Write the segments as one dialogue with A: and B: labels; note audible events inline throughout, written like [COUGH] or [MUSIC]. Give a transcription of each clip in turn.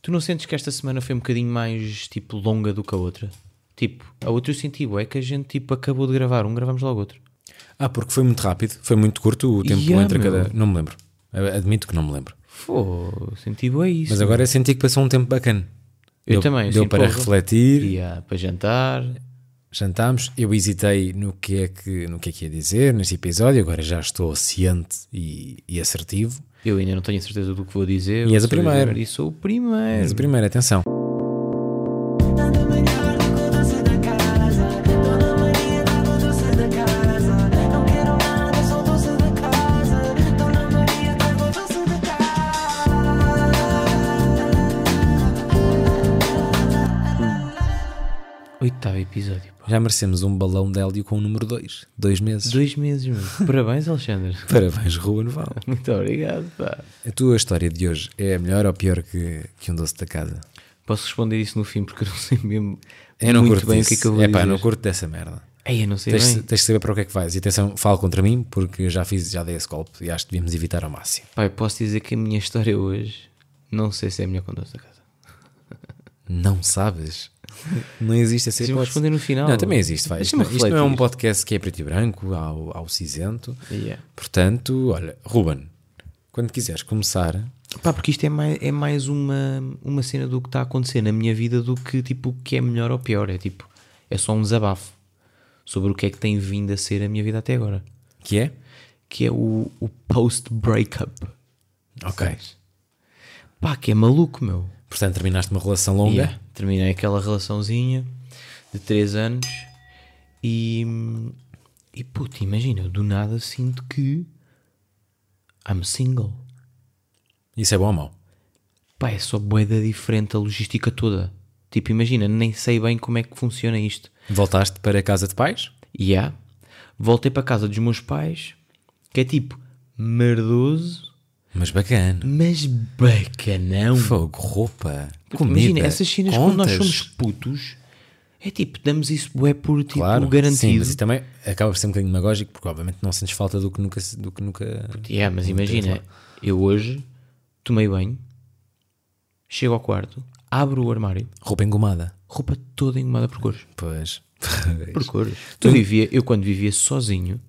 A: Tu não sentes que esta semana foi um bocadinho mais tipo longa do que a outra? Tipo, a outra eu senti é que a gente tipo acabou de gravar um, gravamos logo outro.
B: Ah, porque foi muito rápido, foi muito curto o tempo
A: Yeah,
B: entre
A: meu.
B: cada. Não me lembro. Admito que não me lembro.
A: Fô, senti é isso.
B: Mas agora eu senti que passou um tempo bacana.
A: Eu
B: deu,
A: também,
B: Deu
A: sim,
B: para
A: porra.
B: refletir,
A: Ia ah, para jantar.
B: jantámos. Eu hesitei no que, é que, no que é que ia dizer neste episódio, agora já estou ciente e, e assertivo.
A: Eu ainda não tenho certeza do que vou dizer.
B: E és o
A: Sou-
B: primeiro.
A: E sou o primeiro.
B: Mas a primeira, atenção.
C: Dona Maria largou doce da casa. Dona Maria largou doce da casa. Não quero nada, só doce da casa. Dona Maria largou doce da casa.
A: Oitavo episódio. pá.
B: Já merecemos um balão de hélio com o número 2. Dois meses.
A: Dois meses,
B: [LAUGHS]
A: meu. Parabéns, Alexandre. [LAUGHS]
B: Parabéns, Rua Noval.
A: Muito obrigado, pá.
B: A tua história de hoje é melhor ou pior que, que um doce da casa?
A: Posso responder isso no fim porque eu não sei mesmo
B: Eu não
A: muito
B: curto
A: bem
B: disso.
A: o que é que eu vou
B: Epá,
A: dizer.
B: não curto dessa merda.
A: Ei, eu não sei
B: Tens,
A: bem.
B: tens de saber para o que é que vais. E atenção, falo contra mim, porque eu já fiz, já dei esse golpe e acho que devíamos evitar ao máximo.
A: Pá, eu posso dizer que a minha história hoje não sei se é a melhor com doce da casa.
B: Não sabes? [LAUGHS] Não existe essa
A: Deixa-me
B: hipótese.
A: responder no final.
B: Não, também existe. Vai. Isto,
A: Deixa-me
B: isto não é um
A: refletir.
B: podcast que é preto e branco, ao, ao cinzento.
A: Yeah.
B: Portanto, olha, Ruben, quando quiseres começar,
A: Pá, porque isto é mais, é mais uma, uma cena do que está a acontecer na minha vida do que tipo o que é melhor ou pior. É tipo, é só um desabafo sobre o que é que tem vindo a ser a minha vida até agora.
B: que é?
A: Que é o, o post-breakup.
B: Ok.
A: Pá, que é maluco, meu.
B: Portanto, terminaste uma relação longa.
A: Yeah. Terminei aquela relaçãozinha de 3 anos e. E puta, imagina, eu do nada sinto que. I'm single.
B: Isso é bom ou mau?
A: Pá, é só boeda diferente a logística toda. Tipo, imagina, nem sei bem como é que funciona isto.
B: Voltaste para a casa de pais?
A: E há, voltei para casa dos meus pais, que é tipo, merdoso,
B: Mas bacana.
A: mas bacanão.
B: Fogo, roupa, comida,
A: Imagina, essas cenas quando nós
B: contas.
A: somos putos, é tipo, damos isso bué por tipo
B: Claro, Sim,
A: garantido.
B: mas isso também acaba por ser um bocadinho demagógico, porque obviamente não sentes falta do que nunca. se- Do que nunca...
A: Yeah, mas imagina, eu hoje tomei banho, chego ao quarto, abro o armário,
B: Roupa engomada.
A: roupa toda engomada por cores.
B: Pois.
A: Por cores. Tu vivia, eu quando vivia sozinho,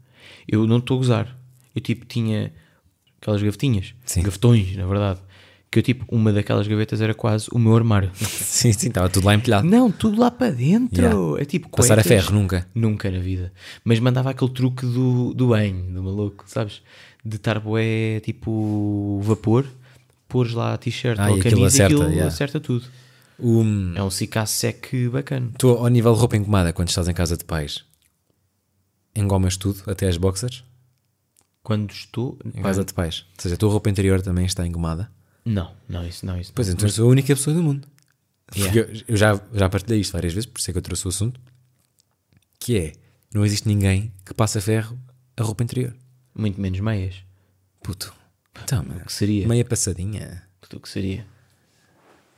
A: eu não estou a gozar. Eu tipo tinha aquelas gavetinhas,
B: Sim.
A: gavetões, na verdade. Que eu tipo, uma daquelas gavetas era quase o meu
B: [LAUGHS]
A: armário.
B: [LAUGHS] sim, sim, estava tudo lá empilhado.
A: não, tudo lá para dentro.
B: Yeah.
A: É tipo
B: Passar a
A: cuecas.
B: ferro, nunca.
A: Nunca na vida. Mas mandava aquele truque do, do banho, do maluco, sabes? De estar boé tipo vapor, pôres lá a t-shirt
B: Ah,
A: ou
B: e
A: a
B: aquilo
A: camisa e
B: acerta,
A: aquilo
B: yeah. Hum.
A: acerta tudo.
B: O-
A: É um cicassec bacana.
B: Tu, ao nível de roupa engomada, quando estás em casa de pais, engomas tudo, até as boxers,
A: Quando estou.
B: em casa de pais. Ou seja, a tua roupa interior também está engomada.
A: Não, não, isso não, isso não.
B: Pois então, eu sou a única pessoa do mundo.
A: Yeah.
B: Porque Eu, eu já, já partilhei isto várias vezes, por isso é que eu trouxe o assunto. Que é, não existe ninguém que passa ferro a roupa interior.
A: Muito menos meias.
B: Puto. Então, mano,
A: que seria?
B: Meia passadinha.
A: Tudo o que seria.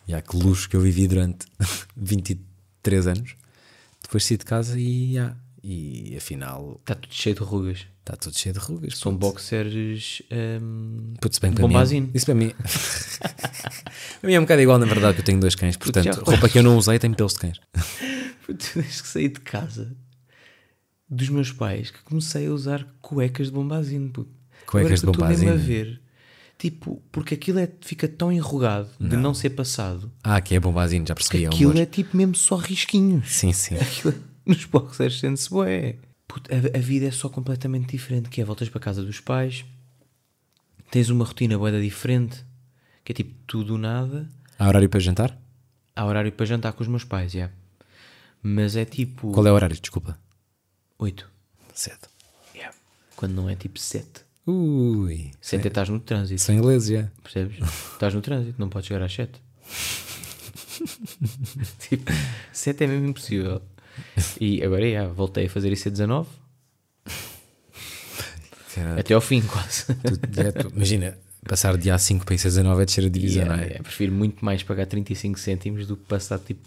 B: E há que luxo que eu vivi durante [LAUGHS] 23 anos. Depois saí de casa e há. E afinal,
A: Está Tá tudo cheio de rugas.
B: está tudo cheio de rugas.
A: São
B: puto.
A: boxers. hum, [LAUGHS]
B: Putz, bem para mim. é um-
A: Bombazine.
B: Isso para mim. [LAUGHS] para mim é um bocado igual, na verdade, que eu tenho dois cães. Portanto,
A: já-
B: roupa que eu não usei tem pelos de cães.
A: Puto, desde que saí de casa dos meus pais que comecei a usar cuecas de bombazino. puto.
B: Cuecas
A: Agora
B: de
A: que eu estou mesmo
B: bombazine.
A: a ver. Tipo, porque aquilo é, fica tão enrugado de não ser passado
B: Ah, que é bombazinho, já
A: que
B: percebi. é um
A: aquilo
B: nojo.
A: é tipo mesmo só risquinhos. [LAUGHS]
B: Sim, sim.
A: Aquilo é- nos boxers sente-se bué. Puto, a, a vida é só completamente diferente, que é voltas para casa dos pais, tens uma rotina boeda diferente, que é tipo tudo ou nada,
B: Há horário para jantar?
A: há horário para jantar com os meus pais, já. Mas é tipo
B: Qual é o horário? Desculpa.
A: 8,
B: Cedo.
A: quando não é tipo 7.
B: Ui.
A: 7 é estás no trânsito,
B: São ingleses, já. [LAUGHS]
A: percebes? Estás no trânsito, não podes chegar às 7. [LAUGHS] tipo, 7 é mesmo impossível. E agora, já, voltei a fazer isso a 19,
B: Caralho.
A: até ao fim quase.
B: Tu- é, tu- imagina, passar de A5 para I6 é descer
A: [LAUGHS]
B: a divisão,
A: Yeah,
B: não é?
A: yeah, prefiro muito mais pagar 35 cêntimos do que passar tipo,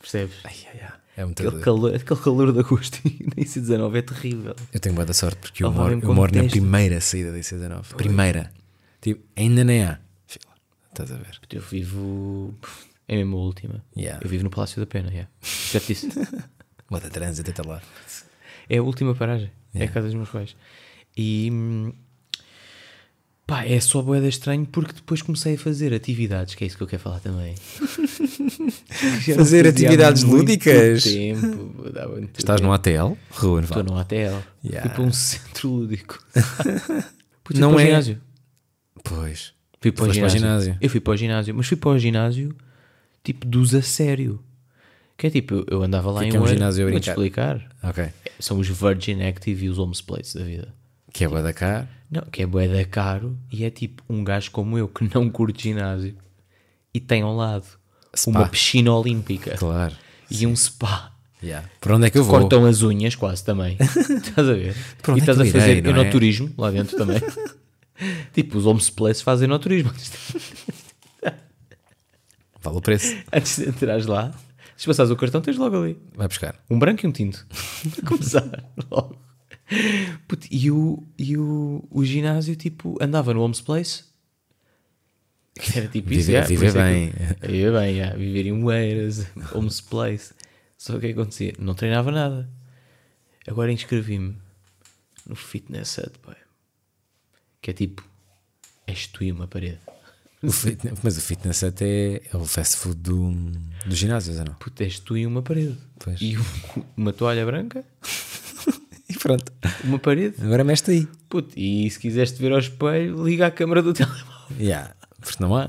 A: percebes?
B: É muito
A: aquele,
B: doido.
A: calor, aquele calor de agosto [LAUGHS] nem se 19 é terrível.
B: Eu tenho boa da sorte porque eu
A: Ah, vá,
B: moro,
A: mesmo
B: eu
A: como
B: moro na
A: teste.
B: primeira saída da I6 Primeira. Tipo, ainda nem há. Fila. Estás a ver?
A: Eu vivo pff, É mesmo a última.
B: Yeah.
A: Eu vivo no Palácio da Pena, yeah. já te disse.
B: Bota trânsito até lá.
A: É a última paragem. É a casa dos meus pais. E. hum, Pá, é só boeda estranho porque depois comecei a fazer atividades, que é isso que eu quero falar
B: [LAUGHS]
A: também. Já não
B: Fazer
A: fazia há
B: atividades
A: muito
B: lúdicas?
A: Tempo, dá muito
B: Estás
A: tempo.
B: num ATL,
A: Estou
B: Rua Naval.
A: num hotel.
B: Yeah.
A: Fui para um centro
B: [LAUGHS]
A: lúdico. Puta,
B: Não
A: não
B: é-
A: é. Ginásio.
B: Pois.
A: Fui para, o
B: Foste para o
A: ginásio.
B: ginásio.
A: Eu fui para o ginásio, mas fui para o ginásio tipo dos a sério. Que é tipo, eu- eu andava lá
B: que
A: em
B: é um
A: Oeiras-
B: ginásio a
A: Vou-te
B: brincar?
A: explicar.
B: Ok.
A: São os Virgin Active e os Homes Place da vida.
B: Que é bué da cá.
A: Não, que é boeda caro e é tipo um gajo como eu que não curte ginásio e tem ao lado
B: Spa.
A: uma piscina olímpica
B: Claro.
A: e um spa.
B: Yeah. Por onde é que eu vou?
A: Cortam as unhas quase
B: [LAUGHS]
A: também. estás a ver?
B: onde
A: e
B: é que
A: estás
B: eu
A: a fazer
B: irei, não é?
A: enoturismo lá dentro
B: [LAUGHS]
A: também. tipo, os Homes Place fazem enoturismo. [LAUGHS]
B: Vale o preço.
A: Antes de entrares lá, se passares o cartão, tens logo ali.
B: Vai buscar.
A: Um branco e um
B: [LAUGHS]
A: tinto. Para Começar logo. Puto, e o, e o, o ginásio, tipo, andava no Homes Place. Que era tipo isso,
B: Viver-
A: yeah, por
B: viver
A: isso é que-
B: bem.
A: Viver bem, yeah, viver em Oeiras, Homes Place. Só que o que é que acontecia? Não treinava nada. Agora inscrevi-me no Fitness Hut, pá. Que é tipo, és tu e uma parede.
B: O fit- mas o fitness até é o fast food do, do ginásio, ou não?
A: Puto, és tu e uma parede.
B: Pois.
A: E [LAUGHS] um- uma toalha branca,
B: E pronto.
A: uma parede.
B: Agora mexe aí.
A: Puto, e se quiseste ver ao espelho, liga à câmara do [LAUGHS] telemóvel.
B: Yeah. Porque não há.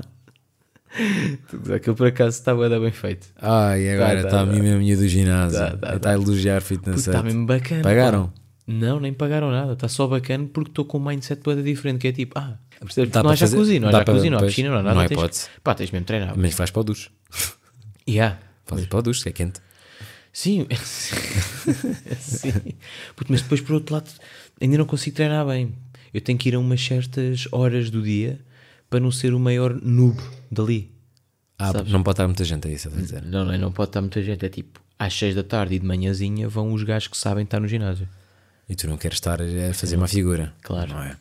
A: Aquilo por acaso está bué da bem feito.
B: Ai, Ah, agora
A: dá,
B: está a
A: dá.
B: mim mesmo e do ginásio.
A: Dá, dá,
B: está a elogiar fitness.
A: Está
B: hut.
A: tá. mesmo bacana. pá.
B: Pagaram?
A: Não, nem pagaram nada. Está só bacana porque estou com um mindset bué da diferente, que é tipo, ah, percebes?
B: Dá
A: não há
B: para fazer-
A: jacuzzi, não há
B: dá para-
A: jacuzzi, não há
B: pois,
A: piscina, não há nada.
B: não há
A: tens-
B: hipótese. Hum.
A: Pá, tens mesmo treinado.
B: Mas vais para o duche.
A: Yeah.
B: Vais para o duche, que é quente.
A: Sim. [LAUGHS] Sim. Puto, mas depois, por outro lado, ainda não consigo treinar bem. Eu tenho que ir a umas certas horas do dia para não ser o maior noob dali.
B: Ah, não pode estar muita gente aí, se eu dizer.
A: Não, não, não pode estar muita gente. É tipo, às 6 da tarde e de manhãzinha vão os gajos que sabem estar no ginásio.
B: E tu não queres estar a fazer uma figura.
A: Claro.
B: Não é?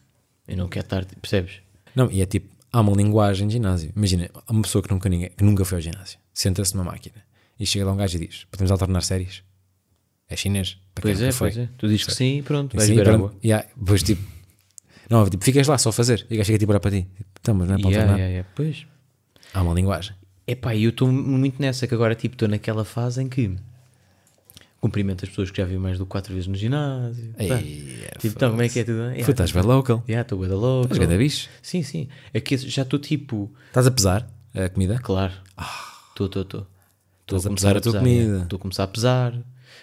A: Eu não quero estar, percebes?
B: Não, e é tipo, há uma linguagem de ginásio. Imagina, há uma pessoa que nunca, ninguém, que nunca foi ao ginásio senta-se numa máquina e chega lá um gajo e diz: Podemos alternar séries? É chinês? Para quem
A: Pois é,
B: nunca foi.
A: pois é. Tu dizes que sim e pronto,
B: E
A: vais
B: sim,
A: beber
B: pronto,
A: água.
B: yeah, Pois tipo, não, tipo, ficas lá só a fazer. E o gajo chega tipo olhar para ti: Então, mas não é para
A: Yeah,
B: alternar.
A: yeah, yeah. Pois.
B: Há uma linguagem.
A: Epá, e eu estou muito nessa que agora tipo estou naquela fase em que cumprimento as pessoas que já vi mais do que 4 vezes no ginásio.
B: Ei,
A: pá.
B: é
A: tipo, então, como é que é tudo? bem?
B: Tu estás bem local.
A: Yeah, estou bué da louca.
B: Estás ganda bicho.
A: Sim, sim. Aqui já estou tipo,
B: Estás a pesar a comida?
A: claro. Estou, estou, estou. Estou
B: Ah. Estás a pesar a tua comida.
A: Estou né? a começar a pesar.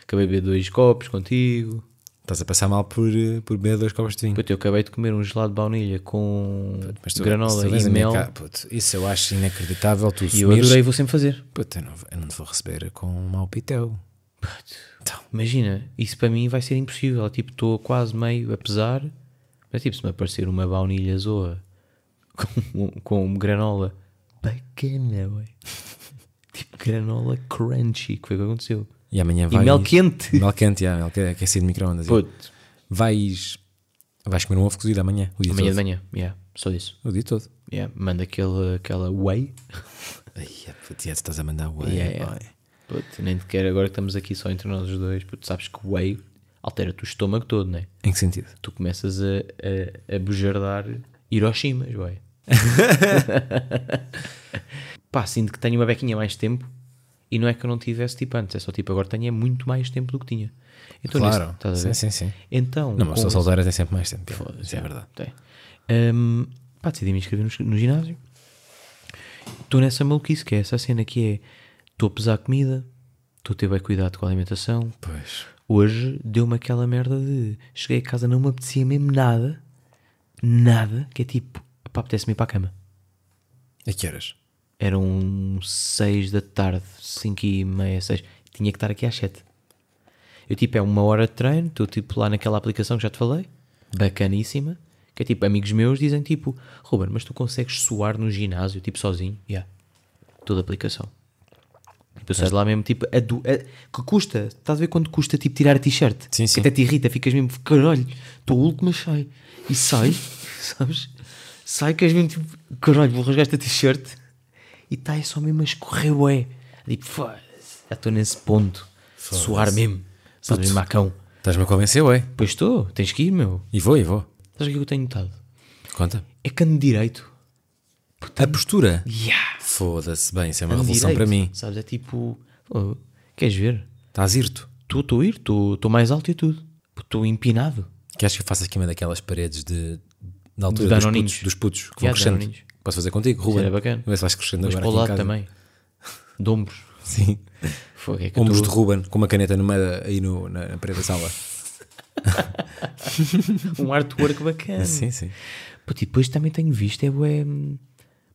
A: Acabei de beber dois copos contigo.
B: Estás a passar mal por, eh, por beber dois copos de vinho.
A: Puta, eu acabei de comer um gelado de baunilha com
B: Mas tu- se
A: granola
B: tu vês
A: e
B: a minha
A: mel
B: cara- puto, isso eu acho inacreditável. Tu
A: e eu
B: assumires-
A: adorei e vou sempre fazer.
B: Puta, eu não, eu não te vou receber com um mau pitel. Então,
A: Imagina, isso para mim vai ser impossível. Tipo, estou quase meio a pesar, mas tipo, se me aparecer uma baunilha zoa [LAUGHS] com, com granola bacana, ué. [LAUGHS] tipo granola crunchy, que foi o que aconteceu.
B: e amanhã
A: E
B: vais.
A: mel quente.
B: Mel quente, yeah, mel quente, aquecido de micro-ondas. yeah.
A: Puto,
B: Vais, vais comer um ovo cozido amanhã, o dia
A: amanhã de
B: todo.
A: manhã, yeah, só isso.
B: O dia todo.
A: Yeah, manda aquele, aquela whey.
B: Ai, é, puto, yeah, estás a mandar o
A: Yeah, yeah. Puto, nem te quero agora que estamos aqui só entre nós os dois. Puto, sabes que whey altera-te o estômago todo, não é?
B: Em que sentido?
A: tu começas a, a, a bujardar Hiroshima,
B: [LAUGHS]
A: ué. Pá, sinto que tenho uma bequinha mais tempo e não é que eu não tivesse tipo antes, é só tipo agora tenho é muito mais tempo do que tinha. Então, nisso, estás a
B: sim,
A: ver?
B: sim, sim.
A: Então,
B: Não, mas
A: com-
B: só solteira tem sempre mais tempo.
A: Foda-se,
B: Isso é verdade.
A: Tem. Hum, pá, decidi me inscrever no, no ginásio. Estou nessa maluquice que é essa cena que é: estou a pesar a comida, estou a ter bem cuidado com a alimentação,
B: Pois.
A: Hoje deu-me aquela merda de cheguei a casa, não me apetecia mesmo nada, nada, que é tipo, pá, apetece-me ir para a cama.
B: A que horas?
A: Eram 6 da tarde, 5 e meia, 6. Tinha que estar aqui às 7. Eu tipo, é uma hora de treino, estou tipo lá naquela aplicação que já te falei, bacaníssima, que é tipo, amigos meus dizem tipo, Ruben, mas tu consegues suar no ginásio, tipo sozinho? Yeah. Toda a aplicação. Tipo, eu saio de lá mesmo, tipo, a do- a- que custa, estás a ver quando custa tipo tirar a t-shirt?
B: Sim, sim.
A: Que até te irrita, ficas mesmo, caralho, estou último, mas sai. [LAUGHS] E sai, sabes? Sai que és mesmo tipo, caralho, vou rasgar esta t-shirt e está aí só mesmo a escorrer bué. Tipo, foda-se, já estou nesse ponto. Suar mesmo. Estás mesmo macão.
B: Estás-me a convencer, ué?
A: Pois estou, tens que ir, meu.
B: E vou, e vou.
A: Sabes o que é que eu tenho notado?
B: Conta.
A: É cano direito.
B: A postura.
A: Yeah.
B: Foda-se bem, isso é uma
A: Cano
B: revolução
A: direito,
B: para mim.
A: Sabes, é tipo, oh, queres ver?
B: Estás irto.
A: Estou a ir, estou mais alto e tudo. Estou empinado.
B: Queres que eu faça aqui uma daquelas paredes de, da altura
A: De
B: dos
A: danoninhos.
B: putos, dos putos que
A: Yeah,
B: vão crescendo?
A: danoninhos.
B: Posso fazer contigo, Ruben?
A: era bacana.
B: Vê se vais crescendo
A: Mas
B: agora
A: para o
B: aqui em
A: lado
B: casa.
A: também. De ombros.
B: Sim.
A: Fogo, é que eu
B: Ombros
A: tô-
B: de Ruben, com uma caneta no meio da- aí no, na, na parede da sala.
A: Um artwork bacana.
B: Sim, sim.
A: Puto, e depois também tenho visto, é bué... hum,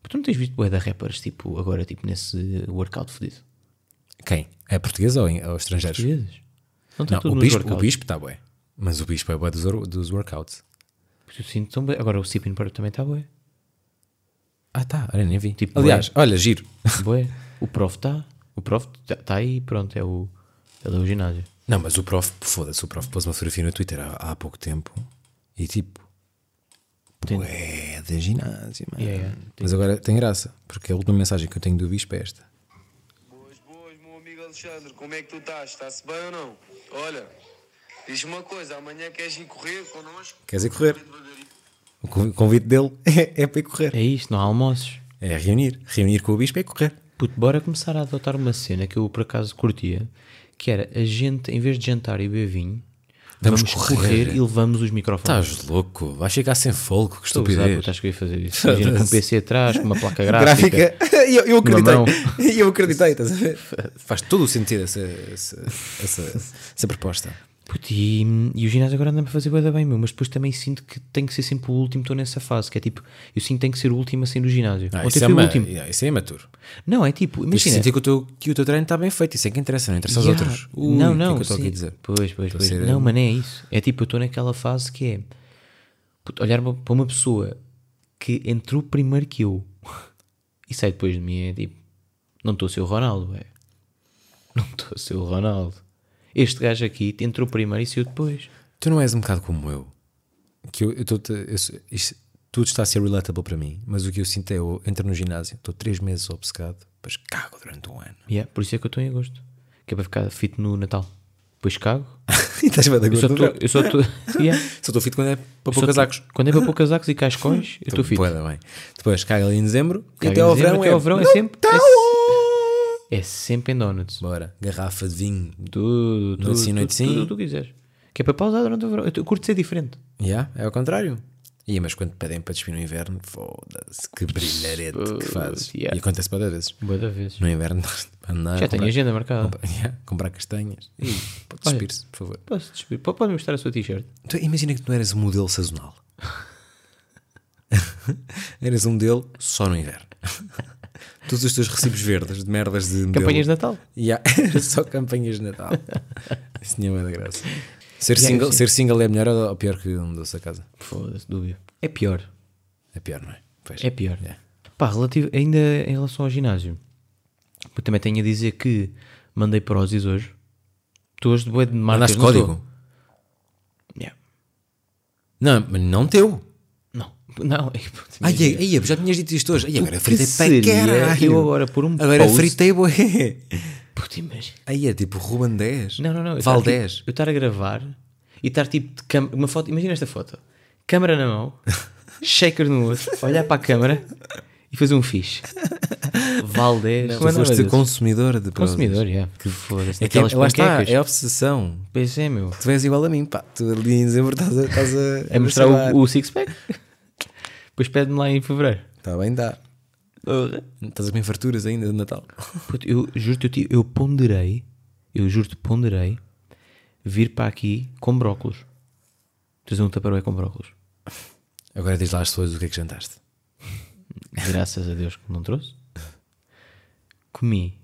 A: Pô, Tu não tens visto bué da rappers, tipo, agora, tipo, nesse workout fodido?
B: Quem? É português ou, em- ou estrangeiros?
A: Portugueses? Não,
B: Não,
A: está Tá tudo
B: o
A: nos
B: bispo, o
A: workouts.
B: bispo está bué. Mas o bispo é bué dos, or- dos workouts.
A: Porque eu sinto tão bué. Agora o Sipin Purp também está
B: [LAUGHS]
A: bué.
B: Ah, tá. Olha, nem vi.
A: Tipo,
B: Aliás, olha, giro. [LAUGHS]
A: Bué. O prof está. O prof está tá aí pronto, é o... Ele é o ginásio.
B: Não, mas o prof, foda-se, o prof pôs uma fotografia no Twitter há, há pouco tempo e tipo,
A: Sim.
B: ué, de ginásio, mano.
A: Yeah, yeah.
B: Mas agora tem graça, porque a última mensagem que eu tenho do bispo é esta.
D: Boas, boas, meu amigo Alexandre, como é que tu estás? Está-se bem ou não? Olha, diz-me uma coisa, amanhã queres ir correr connosco?
B: Queres ir correr? O con- convite dele [LAUGHS] é, é para ir correr.
A: É isto, não há almoços.
B: É reunir. Reunir com o bispo é correr.
A: Puto, bora começar a adotar uma cena que eu por acaso curtia, que era a gente, em vez de jantar e beber vinho,
B: Vamos
A: vamos,
B: correr.
A: correr. e levamos os microfones.
B: Estás louco, vais ficar sem fogo, que
A: Estou a usar,
B: estupidez.
A: puto, acho que eu ia fazer isso. Imagina com
B: [LAUGHS]
A: um PC atrás, com uma placa gráfica.
B: Gráfica, [LAUGHS] eu, eu acreditei,
A: mão.
B: eu acreditei, estás a ver? Faz todo o sentido essa, essa, essa, essa proposta.
A: Puto, e, e o ginásio agora anda-me a fazer bué da bem, meu, mas depois também sinto que tem que ser sempre o último, estou nessa fase, que é tipo, eu sinto que tem que ser o último a sair do ginásio.
B: Ah,
A: Ontem
B: isso, é
A: fui o
B: ma-
A: último.
B: yeah, isso é imaturo.
A: Não, é tipo,
B: Tens de
A: imagina.
B: sentir que o, teu, que o teu treino está bem feito, isso é que interessa, não interessa aos
A: Yeah.
B: outros. Ui,
A: não,
B: o que é
A: não,
B: que eu estou aqui
A: sim.
B: a dizer?
A: Pois, pois,
B: Estou a
A: pois.
B: ser-
A: Não, mas não é isso. É tipo, eu estou naquela fase que é puto, olhar uma- para uma pessoa que entrou primeiro que eu [LAUGHS] e sai depois de mim. É tipo, não estou a ser o Ronaldo, é. Não estou a ser o Ronaldo. Este gajo aqui entrou primeiro e saiu depois.
B: Tu não és um bocado como eu. Que eu, eu estou-te- eu sou- isto- tudo está a ser relatable para mim, mas o que eu sinto é eu entro no ginásio, estou três meses obcecado, depois cago durante um ano.
A: Yeah, por isso é que eu estou em agosto. Que é para ficar fit no Natal. Depois cago.
B: e [LAUGHS] estás bem de
A: Eu só
B: acordo?
A: estou. Eu só estou. [LAUGHS] yeah.
B: Só estou fito quando é para
A: Eu só
B: pôr
A: tô-
B: casacos.
A: Quando é para pôr casacos e cascões, eu estou fit.
B: Bué da bem. Depois caga ali em dezembro e
A: Caga
B: até
A: em
B: ao
A: dezembro,
B: verão
A: até
B: é.
A: ao verão é
B: Não
A: sempre-
B: tá
A: é-
B: bom.
A: É sempre em donuts.
B: Bora, garrafa de vinho.
A: Tudo, tudo,
B: Noite sim,
A: tudo,
B: noite sim.
A: tudo o que tu quiseres. Que é para pausar durante o verão. Eu te- Eu curto ser diferente.
B: Yeah, é ao contrário. E, mas quando te pedem para despir no inverno, foda-se, que brilharete que fazes.
A: yeah.
B: E acontece para vezes.
A: Boa da vez.
B: No inverno, [LAUGHS] nós andar,
A: Já
B: comprar-
A: tenho agenda marcada.
B: comprar- [LAUGHS] yeah, comprar castanhas. E pode
A: Olha.
B: despir-se, por favor.
A: Posso despedir? Pode pode mostrar a sua t-shirt?
B: Então, imagina que tu eras um
A: [LAUGHS]
B: modelo sazonal. eras um modelo só no inverno. [LAUGHS] Todos os teus recibos verdes de merdas de modelo.
A: Campanhas de Natal.
B: Yeah, [LAUGHS] era só campanhas de [LAUGHS] Natal. Isso tinha bué da graça. Ser,
A: Yeah,
B: single,
A: sim.
B: ser single é melhor ou ou pior que um doce a casa?
A: Foda-se, dúvida. É pior.
B: É pior, não é? Pois.
A: É pior.
B: Yeah.
A: Pá, relativo, ainda em relação ao ginásio, eu também tenho a dizer que mandei para Ozis hoje. Tu hoje de boa de marcas.
B: Mandaste
A: não estou?
B: código?
A: Yeah.
B: Não, mas não teu.
A: Não. [LAUGHS] Não. é- putz,
B: Ai,
A: imagina.
B: ai, ai, já tinhas dito isto hoje. Ai, agora
A: que
B: fritei para
A: seria
B: caralho.
A: eu agora por um
B: Agora
A: post?
B: fritei, boé.
A: Puta, imagina.
B: Aí é tipo Ruben 10.
A: Não, não, não. eu estar
B: Val
A: aqui-
B: 10.
A: Eu estar a gravar e estar tipo de cam- uma foto. Imagina esta foto: câmera na [LAUGHS] mão, shaker no outro, olhar para a câmara e fazer um fixe. Valdez, é
B: Tu foste consumidor de produtos.
A: consumidor, já. Que foda-se.
B: É que
A: Aquelas
B: lá está,
A: panquecas.
B: é obsessão.
A: Pois é, meu.
B: Tu és igual a mim, pá. Tu ali em dezembro estás a. Estás [LAUGHS] a
A: É mostrar o, o six-pack? [LAUGHS] Depois pede-me lá em fevereiro.
B: Está Tá bem, dá. Estás a comer farturas ainda de Natal.
A: Puto, eu juro-te, eu, ti- eu ponderei, eu juro-te, ponderei vir para aqui com brócolos. Trazer um taparoé com brócolos.
B: Agora diz lá às pessoas o que é que jantaste.
A: graças a Deus que não trouxe. Comi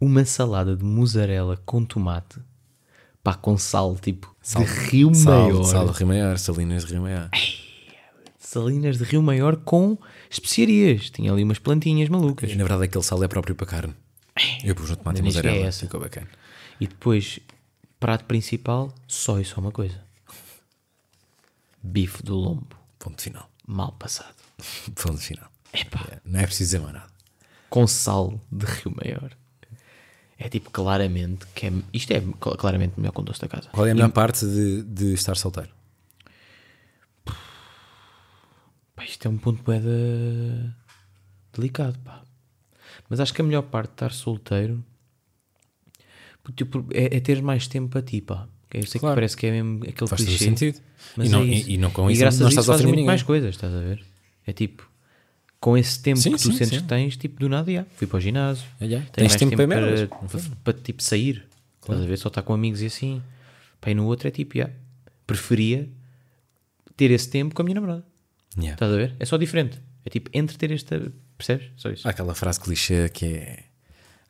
A: uma salada de mussarela com tomate, pá, com sal, tipo, de Rio Maior.
B: Sal do Rio Maior, Salinas de Rio Maior.
A: Salinas de Rio Maior com especiarias. Tinha ali umas plantinhas malucas.
B: E, na verdade, aquele sal é próprio para carne. Eu pus no tomate e
A: nem sequer é
B: mussarela.
A: essa.
B: Ficou bacana.
A: E depois, prato principal, só e só uma coisa. Bife do lombo,
B: Ponto final. [LAUGHS]
A: mal passado.
B: Ponto final.
A: Epá,
B: Não é preciso dizer mais nada.
A: com sal de Rio Maior. É tipo, claramente, que é, isto é cl- claramente melhor com doce da casa.
B: Qual é a melhor parte de, de estar solteiro?
A: Pá, isto é um ponto bué de... delicado, pá. Mas acho que a melhor parte de estar solteiro pô, tipo, é, é ter mais tempo para ti, pá. Eu sei
B: Claro.
A: que parece que é mesmo aquele
B: Faz todo
A: clichê.
B: sentido.
A: Mas
B: e, não,
A: é
B: e-
A: isso.
B: e não com isso
A: graças
B: não
A: a
B: estás
A: isso
B: a oferecer
A: fazes muito
B: ninguém.
A: mais coisas, estás a ver? É tipo, com esse tempo
B: Sim,
A: que tu
B: sim,
A: sentes
B: sim.
A: que tens, tipo, do nada, já, fui para o ginásio.
B: É, já.
A: tenho
B: Tens
A: mais
B: tempo para merdas,
A: para,
B: não foi?
A: para, para, tipo, sair. Estás a ver? Só estar com amigos e assim. Pá, e no outro é tipo, já, preferia ter esse tempo com a minha namorada.
B: Yeah.
A: Estás a ver? É só diferente. É tipo, entre ter esta, percebes? Só isso.
B: Há aquela frase clichê que é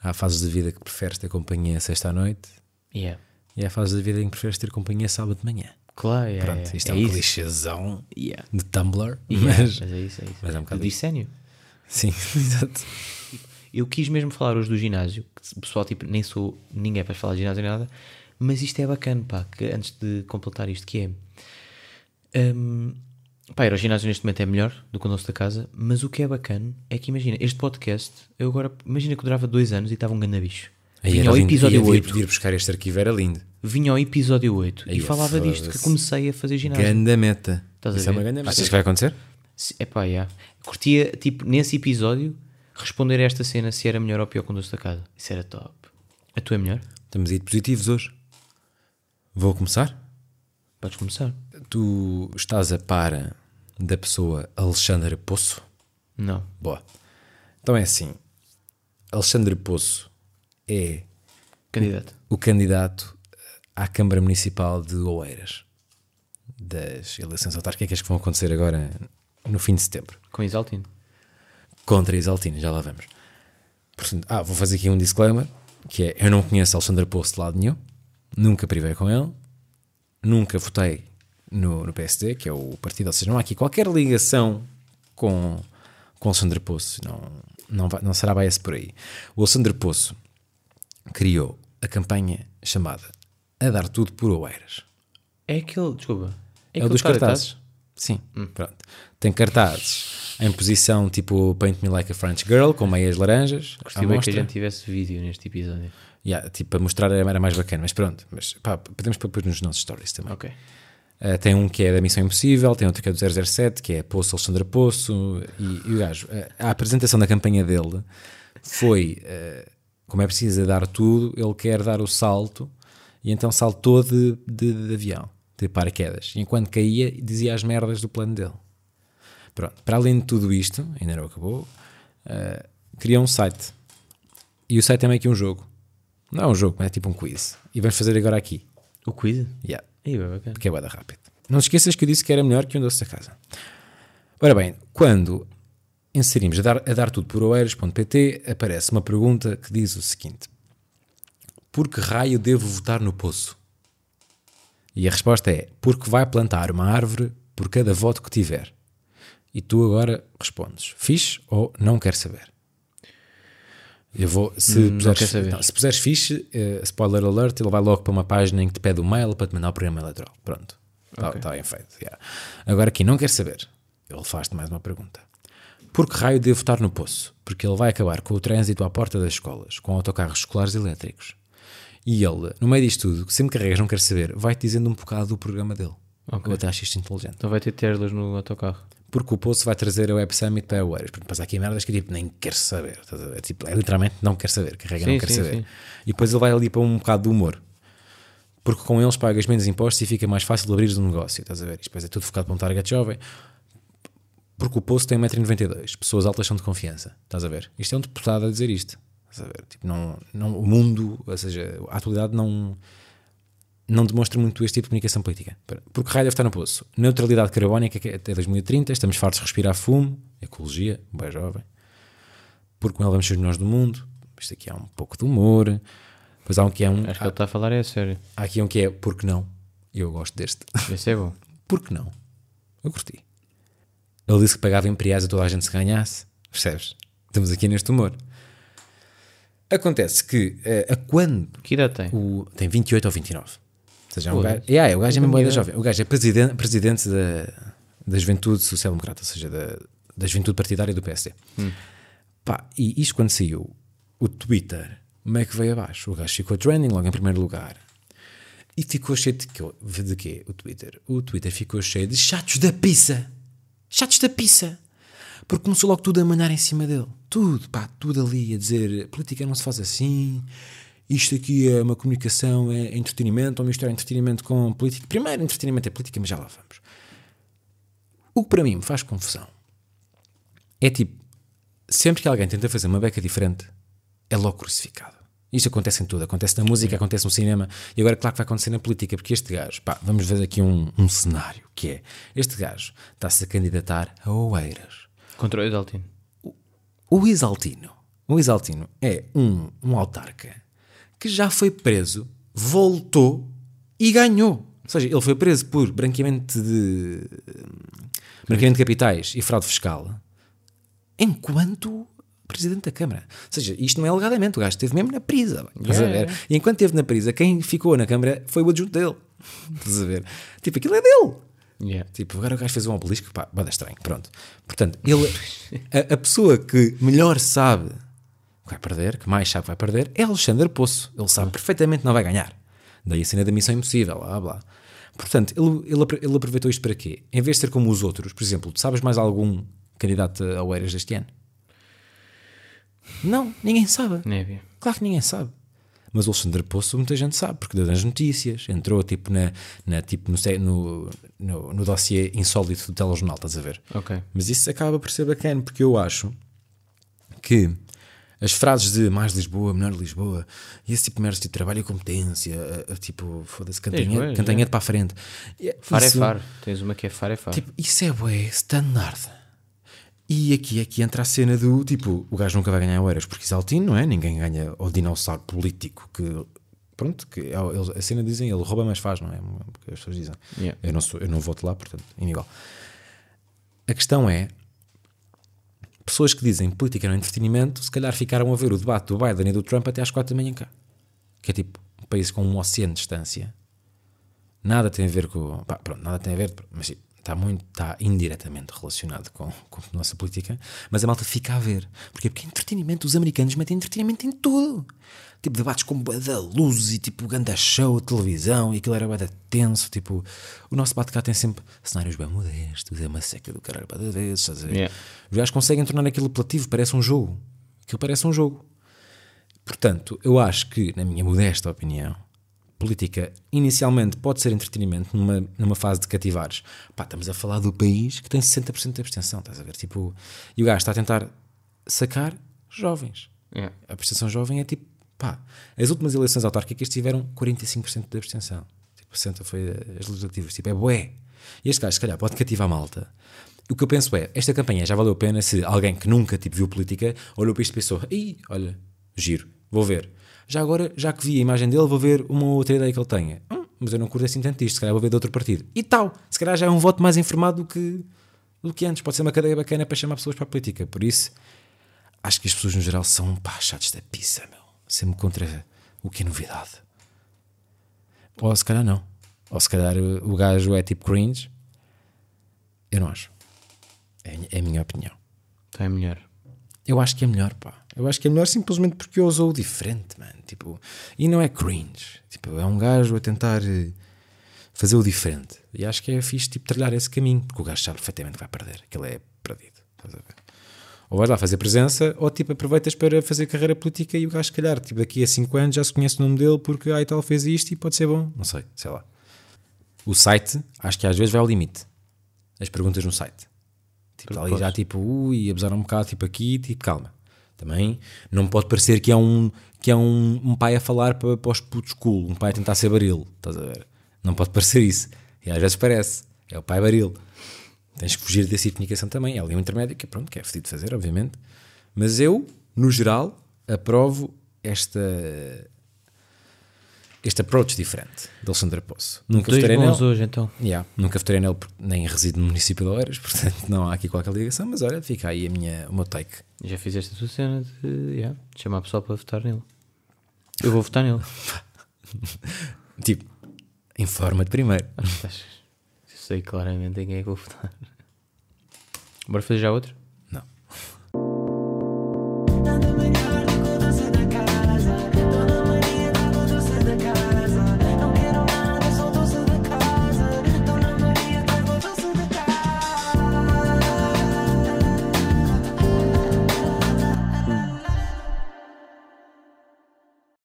B: há fases de vida que preferes ter companhia sexta à noite
A: Yeah.
B: e há fases de vida em que preferes ter companhia sábado de manhã.
A: Claro, yeah,
B: Pronto,
A: yeah.
B: isto é,
A: é
B: um
A: isso.
B: clichêzão
A: Yeah.
B: de Tumblr,
A: Yeah,
B: [LAUGHS] mas [LAUGHS]
A: mas é isso, é isso.
B: mas é um bocado
A: Do
B: isso.
A: dissênio.
B: sim, [LAUGHS] exato.
A: Eu quis mesmo falar hoje do ginásio, que se- pessoal, tipo, nem sou ninguém para falar de ginásio nem nada, mas isto é bacana, pá, que antes de completar isto, que é. hum, pá, ir ao ginásio neste momento é melhor do que o nosso da casa, mas o que é bacana é que imagina, este podcast, eu agora, imagina que eu durava dois anos e estava um ganabicho.
B: Aí
A: Vinha
B: era
A: ao
B: lindo.
A: episódio
B: Ia vir-
A: 8,
B: vir buscar este arquivo era lindo.
A: vinha ao episódio 8
B: Aí
A: e
B: é
A: falava disto, que
B: foda-se.
A: comecei a fazer ginásio.
B: Ganda meta.
A: Estás a
B: Isso é
A: ver?
B: uma ganda meta.
A: Achas
B: Achas que vai acontecer?
A: Se- Epá, yeah. Curtia, tipo, nesse episódio, responder a esta cena se era melhor ou pior que o doce da casa. Isso era top. A tua é melhor?
B: Estamos aí de positivos hoje. Vou começar?
A: Podes começar.
B: Tu estás a par da pessoa Alexandre Poço?
A: Não.
B: Boa. Então é assim. Alexandre Poço é
A: Candidato.
B: o candidato à Câmara Municipal de Oeiras das eleições autárquicas que vão acontecer agora no fim de setembro.
A: Com Exaltino.
B: Contra Isaltino, já lá vamos. Portanto, ah, vou fazer aqui um disclaimer, que é, eu não conheço Alexandre Poço de lado nenhum, nunca privei com ele, nunca votei no, no PSD, que é o partido, ou seja, não há aqui qualquer ligação com, com Alexandre Poço, não, não, vai- não será bias por aí. O Alexandre Poço criou a campanha chamada A Dar Tudo por Oeiras.
A: É aquele, desculpa.
B: É, o
A: aquele
B: dos
A: cara Hum. de
B: cartazes. Sim, pronto. Tem cartazes em posição tipo Paint Me Like a French Girl, com meias laranjas. à
A: Gostei bem que
B: mostra.
A: a gente tivesse vídeo neste episódio.
B: Yeah, tipo, para mostrar era era mais bacana, mas pronto. Mas pá, podemos pôr depois nos nossos stories também.
A: Ok.
B: Ah, tem um que é da Missão Impossível, tem outro que é do 007, que é Poço Alexandre Poço. E, e o gajo, ah, a apresentação da campanha dele foi: ah, como é preciso dar tudo, ele quer dar o salto, e então saltou de, de- de avião, de paraquedas. E enquanto caía, dizia as merdas do plano dele. Pronto, para além de tudo isto, ainda não acabou, ah, criou um site. E o site é meio que um jogo. Não é um jogo, mas é tipo um quiz. E vamos fazer agora aqui.
A: O quiz?
B: Yeah
A: Aí, bem bacana.
B: porque é bué da rápido. Não te esqueças que eu disse que era melhor que um doce da casa. Ora bem, quando inserimos a dar, a dar tudo por oeiras.pt, aparece uma pergunta que diz o seguinte: Por que raio devo votar no poço? E a resposta é: Porque vai plantar uma árvore por cada voto que tiver. E tu agora respondes: Fixe ou não quer saber? Eu vou, se, puseres,
A: quero saber.
B: Hum, não, Tá, se puseres fixe, eh, spoiler alert, ele vai logo para uma página em que te pede o mail para te mandar o programa eleitoral. Pronto. Tá, Está bem feito. yeah. Agora aqui, não quer saber. Ele faz-te mais uma pergunta. Por que raio devo votar no poço? Porque ele vai acabar com o trânsito à porta das escolas, com autocarros escolares elétricos. E ele, no meio disto tudo, que sempre carregas, não quer saber, vai-te dizendo um bocado do programa dele. Eu até acho isto inteligente
A: Então vai ter Teslas no autocarro.
B: porque o Poço vai trazer a Web Summit para Oeiras. Portanto, passa aqui merdas que tipo, nem quer saber. estás a ver? Tipo, é literalmente não quer saber, carrega
A: Sim,
B: não quer
A: sim,
B: saber.
A: sim.
B: E depois ele vai ali para um bocado de humor. Porque com eles pagas menos impostos e fica mais fácil abrir um negócio, estás a ver? E depois é tudo focado para um target jovem. Porque o Poço tem 1,92m, pessoas altas são de confiança, estás a ver? Isto é um deputado a dizer isto, estás a ver? Tipo, não, não, o mundo, ou seja, a atualidade não, não demonstra muito este tipo de comunicação política. Espera, Porque raio deve estar no poço. Neutralidade carbónica que é até 2030, estamos fartos de respirar fumo, ecologia, bem jovem. Porque com ele vamos ser os melhores do mundo. Isto aqui é um pouco de humor. Depois há um que é um.
A: Acho que
B: Há,
A: ele está a falar é a sério.
B: há aqui um que é porque não. Eu gosto deste.
A: Esse é bom.
B: porque não? Eu curti. Ele disse que pagava imperiais a toda a gente se ganhasse. Percebes? Estamos aqui neste humor. Acontece que eh, a quando
A: Que idade tem?
B: o- tem 28 ou 29. Ou seja, é um
A: Pô,
B: gajo, yeah, o gajo é
A: tem
B: mesmo bué da
A: idade.
B: jovem. O gajo é presidente, presidente da, da Juventude Social Democrata, ou seja, da, da Juventude Partidária do PSD. Pá, e isto quando saiu, o Twitter, como é que veio abaixo? O gajo ficou trending logo em primeiro lugar. E ficou cheio de, quê? de quê? O Twitter. O Twitter ficou cheio de chatos da pizza. Chatos da pizza. Porque começou logo tudo a mandar em cima dele. Tudo, pá, tudo ali a dizer política não se faz assim. Isto aqui é uma comunicação, é entretenimento, ou misturar entretenimento com política. Primeiro, entretenimento é política, mas já lá vamos. O que para mim me faz confusão é tipo, sempre que alguém tenta fazer uma beca diferente, é logo crucificado. Isto acontece em tudo, acontece na música, acontece no cinema, e agora claro que vai acontecer na política, porque este gajo, pá, vamos ver aqui um, um cenário, que é, este gajo está-se a candidatar a Oeiras.
A: Contra o Edaltino.
B: O Isaltino, o Isaltino é um, um autarca que já foi preso, voltou e ganhou. Ou seja, ele foi preso por branqueamento de, branqueamento de capitais e fraude fiscal enquanto presidente da Câmara. Ou seja, isto não é alegadamente, o gajo esteve mesmo na prisa. bem, estás a ver? E enquanto esteve na prisa, quem ficou na Câmara foi o adjunto dele. Estás a ver? Tipo, aquilo é dele.
A: Yeah.
B: Tipo, agora o gajo fez um obelisco, pá, bada estranho, pronto. Portanto, ele, a, a pessoa que melhor sabe que vai perder, que mais sabe que vai perder, é Alexandre Poço. Ele sabe perfeitamente que não vai ganhar. Daí a cena da missão impossível, blá blá. Portanto, ele, ele, apro- ele aproveitou isto para quê? Em vez de ser como os outros, por exemplo, tu sabes mais algum candidato a Oeiras deste ano? Não, ninguém sabe.
A: Não é bem.
B: Claro que ninguém sabe. Mas o Alexandre Poço muita gente sabe, porque deu nas notícias, entrou tipo, na, na- tipo no, sé- no, no, no dossiê insólito do telejornal, estás a ver?
A: Ok.
B: Mas isso acaba por ser bacana, porque eu acho que as frases de mais Lisboa, menor Lisboa, e esse tipo de merda de trabalho e competência, a- a- tipo, foda-se,
A: Lisboa,
B: cantanhete
A: é.
B: cantanhete para a frente. E-
A: Far
B: isso-
A: é far. Tens uma que é far é far.
B: Tipo, isso é bué standard. E aqui é que entra a cena do tipo, o gajo nunca vai ganhar o Eras porque Isaltino, não é? Ninguém ganha o dinossauro político que. Pronto, que é o- eles- a cena dizem, ele rouba mas faz, não é? Porque as pessoas dizem.
A: Yeah.
B: Eu, não sou, eu não voto lá, portanto, é igual. A questão é, pessoas que dizem política não é entretenimento, se calhar ficaram a ver o debate do Biden e do Trump até às quatro da manhã cá. Que é tipo um país com um oceano de distância. Nada tem a ver com. pá, pronto, nada tem a ver, mas sim, está muito. está indiretamente relacionado com, com a nossa política. Mas a malta fica a ver. Porquê? Porque é entretenimento. Os americanos metem entretenimento em tudo. Tipo, debates com bué da luz e tipo, ganda show, televisão e aquilo era bué da tenso. Tipo, o nosso debate cá tem sempre cenários bem modestos, é uma seca do caralho para vezes, estás a ver?
A: Yeah.
B: Os gajos conseguem tornar aquilo apelativo, parece um jogo. Aquilo parece um jogo. Portanto, eu acho que, na minha modesta opinião, política inicialmente pode ser entretenimento numa, numa fase de cativares. Pá, estamos a falar do país que tem 60% de abstenção, estás a ver? Tipo, e o gajo está a tentar sacar jovens.
A: Yeah.
B: A abstenção jovem é tipo, pá, as últimas eleições autárquicas tiveram 45% de abstenção. Tipo, 60 foi as legislativas. Tipo, é bué. E este gajo, se calhar, pode cativar a malta. E O que eu penso é, esta campanha já valeu a pena se alguém que nunca tipo, viu política olhou para isto e pensou, Ih, olha, giro, vou ver. Já agora, já que vi a imagem dele, vou ver uma ou outra ideia que ele tenha. Hum, mas eu não curto assim tanto isto, se calhar vou ver de outro partido. E tal, se calhar já é um voto mais informado do que, do que antes. Pode ser uma cadeia bacana para chamar pessoas para a política. Por isso, acho que as pessoas no geral são pá, chatos da pizza, meu. Sempre contra o que é novidade. Ou se calhar não. Ou se calhar uh, o gajo é tipo cringe. Eu não acho. É, a minha- é a minha opinião.
A: Então é melhor.
B: Eu acho que é melhor, pá. Eu acho que é melhor simplesmente porque eu usou o diferente, mano. Tipo, e não é cringe. Tipo, é um gajo a tentar eh, fazer o diferente. E acho que é fixe, tipo, trilhar esse caminho, porque o gajo sabe perfeitamente que vai perder, que ele é perdido. Estás a ver? Ou vais lá fazer presença, ou tipo, aproveitas para fazer carreira política e o gajo, se calhar, tipo, daqui a 5 anos já se conhece o nome dele porque ai tal fez isto e pode ser bom. Não sei, sei lá. O site, acho que às vezes vai ao limite. As perguntas no site. Tipo, tá ali já tipo, ui, abusar um bocado, tipo aqui, tipo, calma. Também não pode parecer que é um, que é um, um pai a falar para, para os putos cool, um pai a tentar ser baril, estás a ver? Não pode parecer isso. E às vezes parece, é o pai baril. Tens que fugir desse tipo de comunicação também. É ali um intermédio que, pronto, que é fedido de fazer, obviamente. Mas eu, no geral, aprovo esta. Este approach diferente de Alexandre Poço. Nunca
A: Dois
B: votarei nele.
A: bons hoje então.
B: Yeah, nunca votarei nele, porque nem resido no município de Oeiras, [LAUGHS] portanto não há aqui qualquer ligação, mas olha, fica aí a minha, o meu take.
A: Já fizeste a tua cena de, yeah, de chamar pessoal para votar nele. Eu vou votar
B: [LAUGHS]
A: nele.
B: Tipo, informa-te primeiro.
A: Estás- Eu sei claramente em quem é que vou votar. Bora fazer já outro?
B: Não.
C: Dona Maria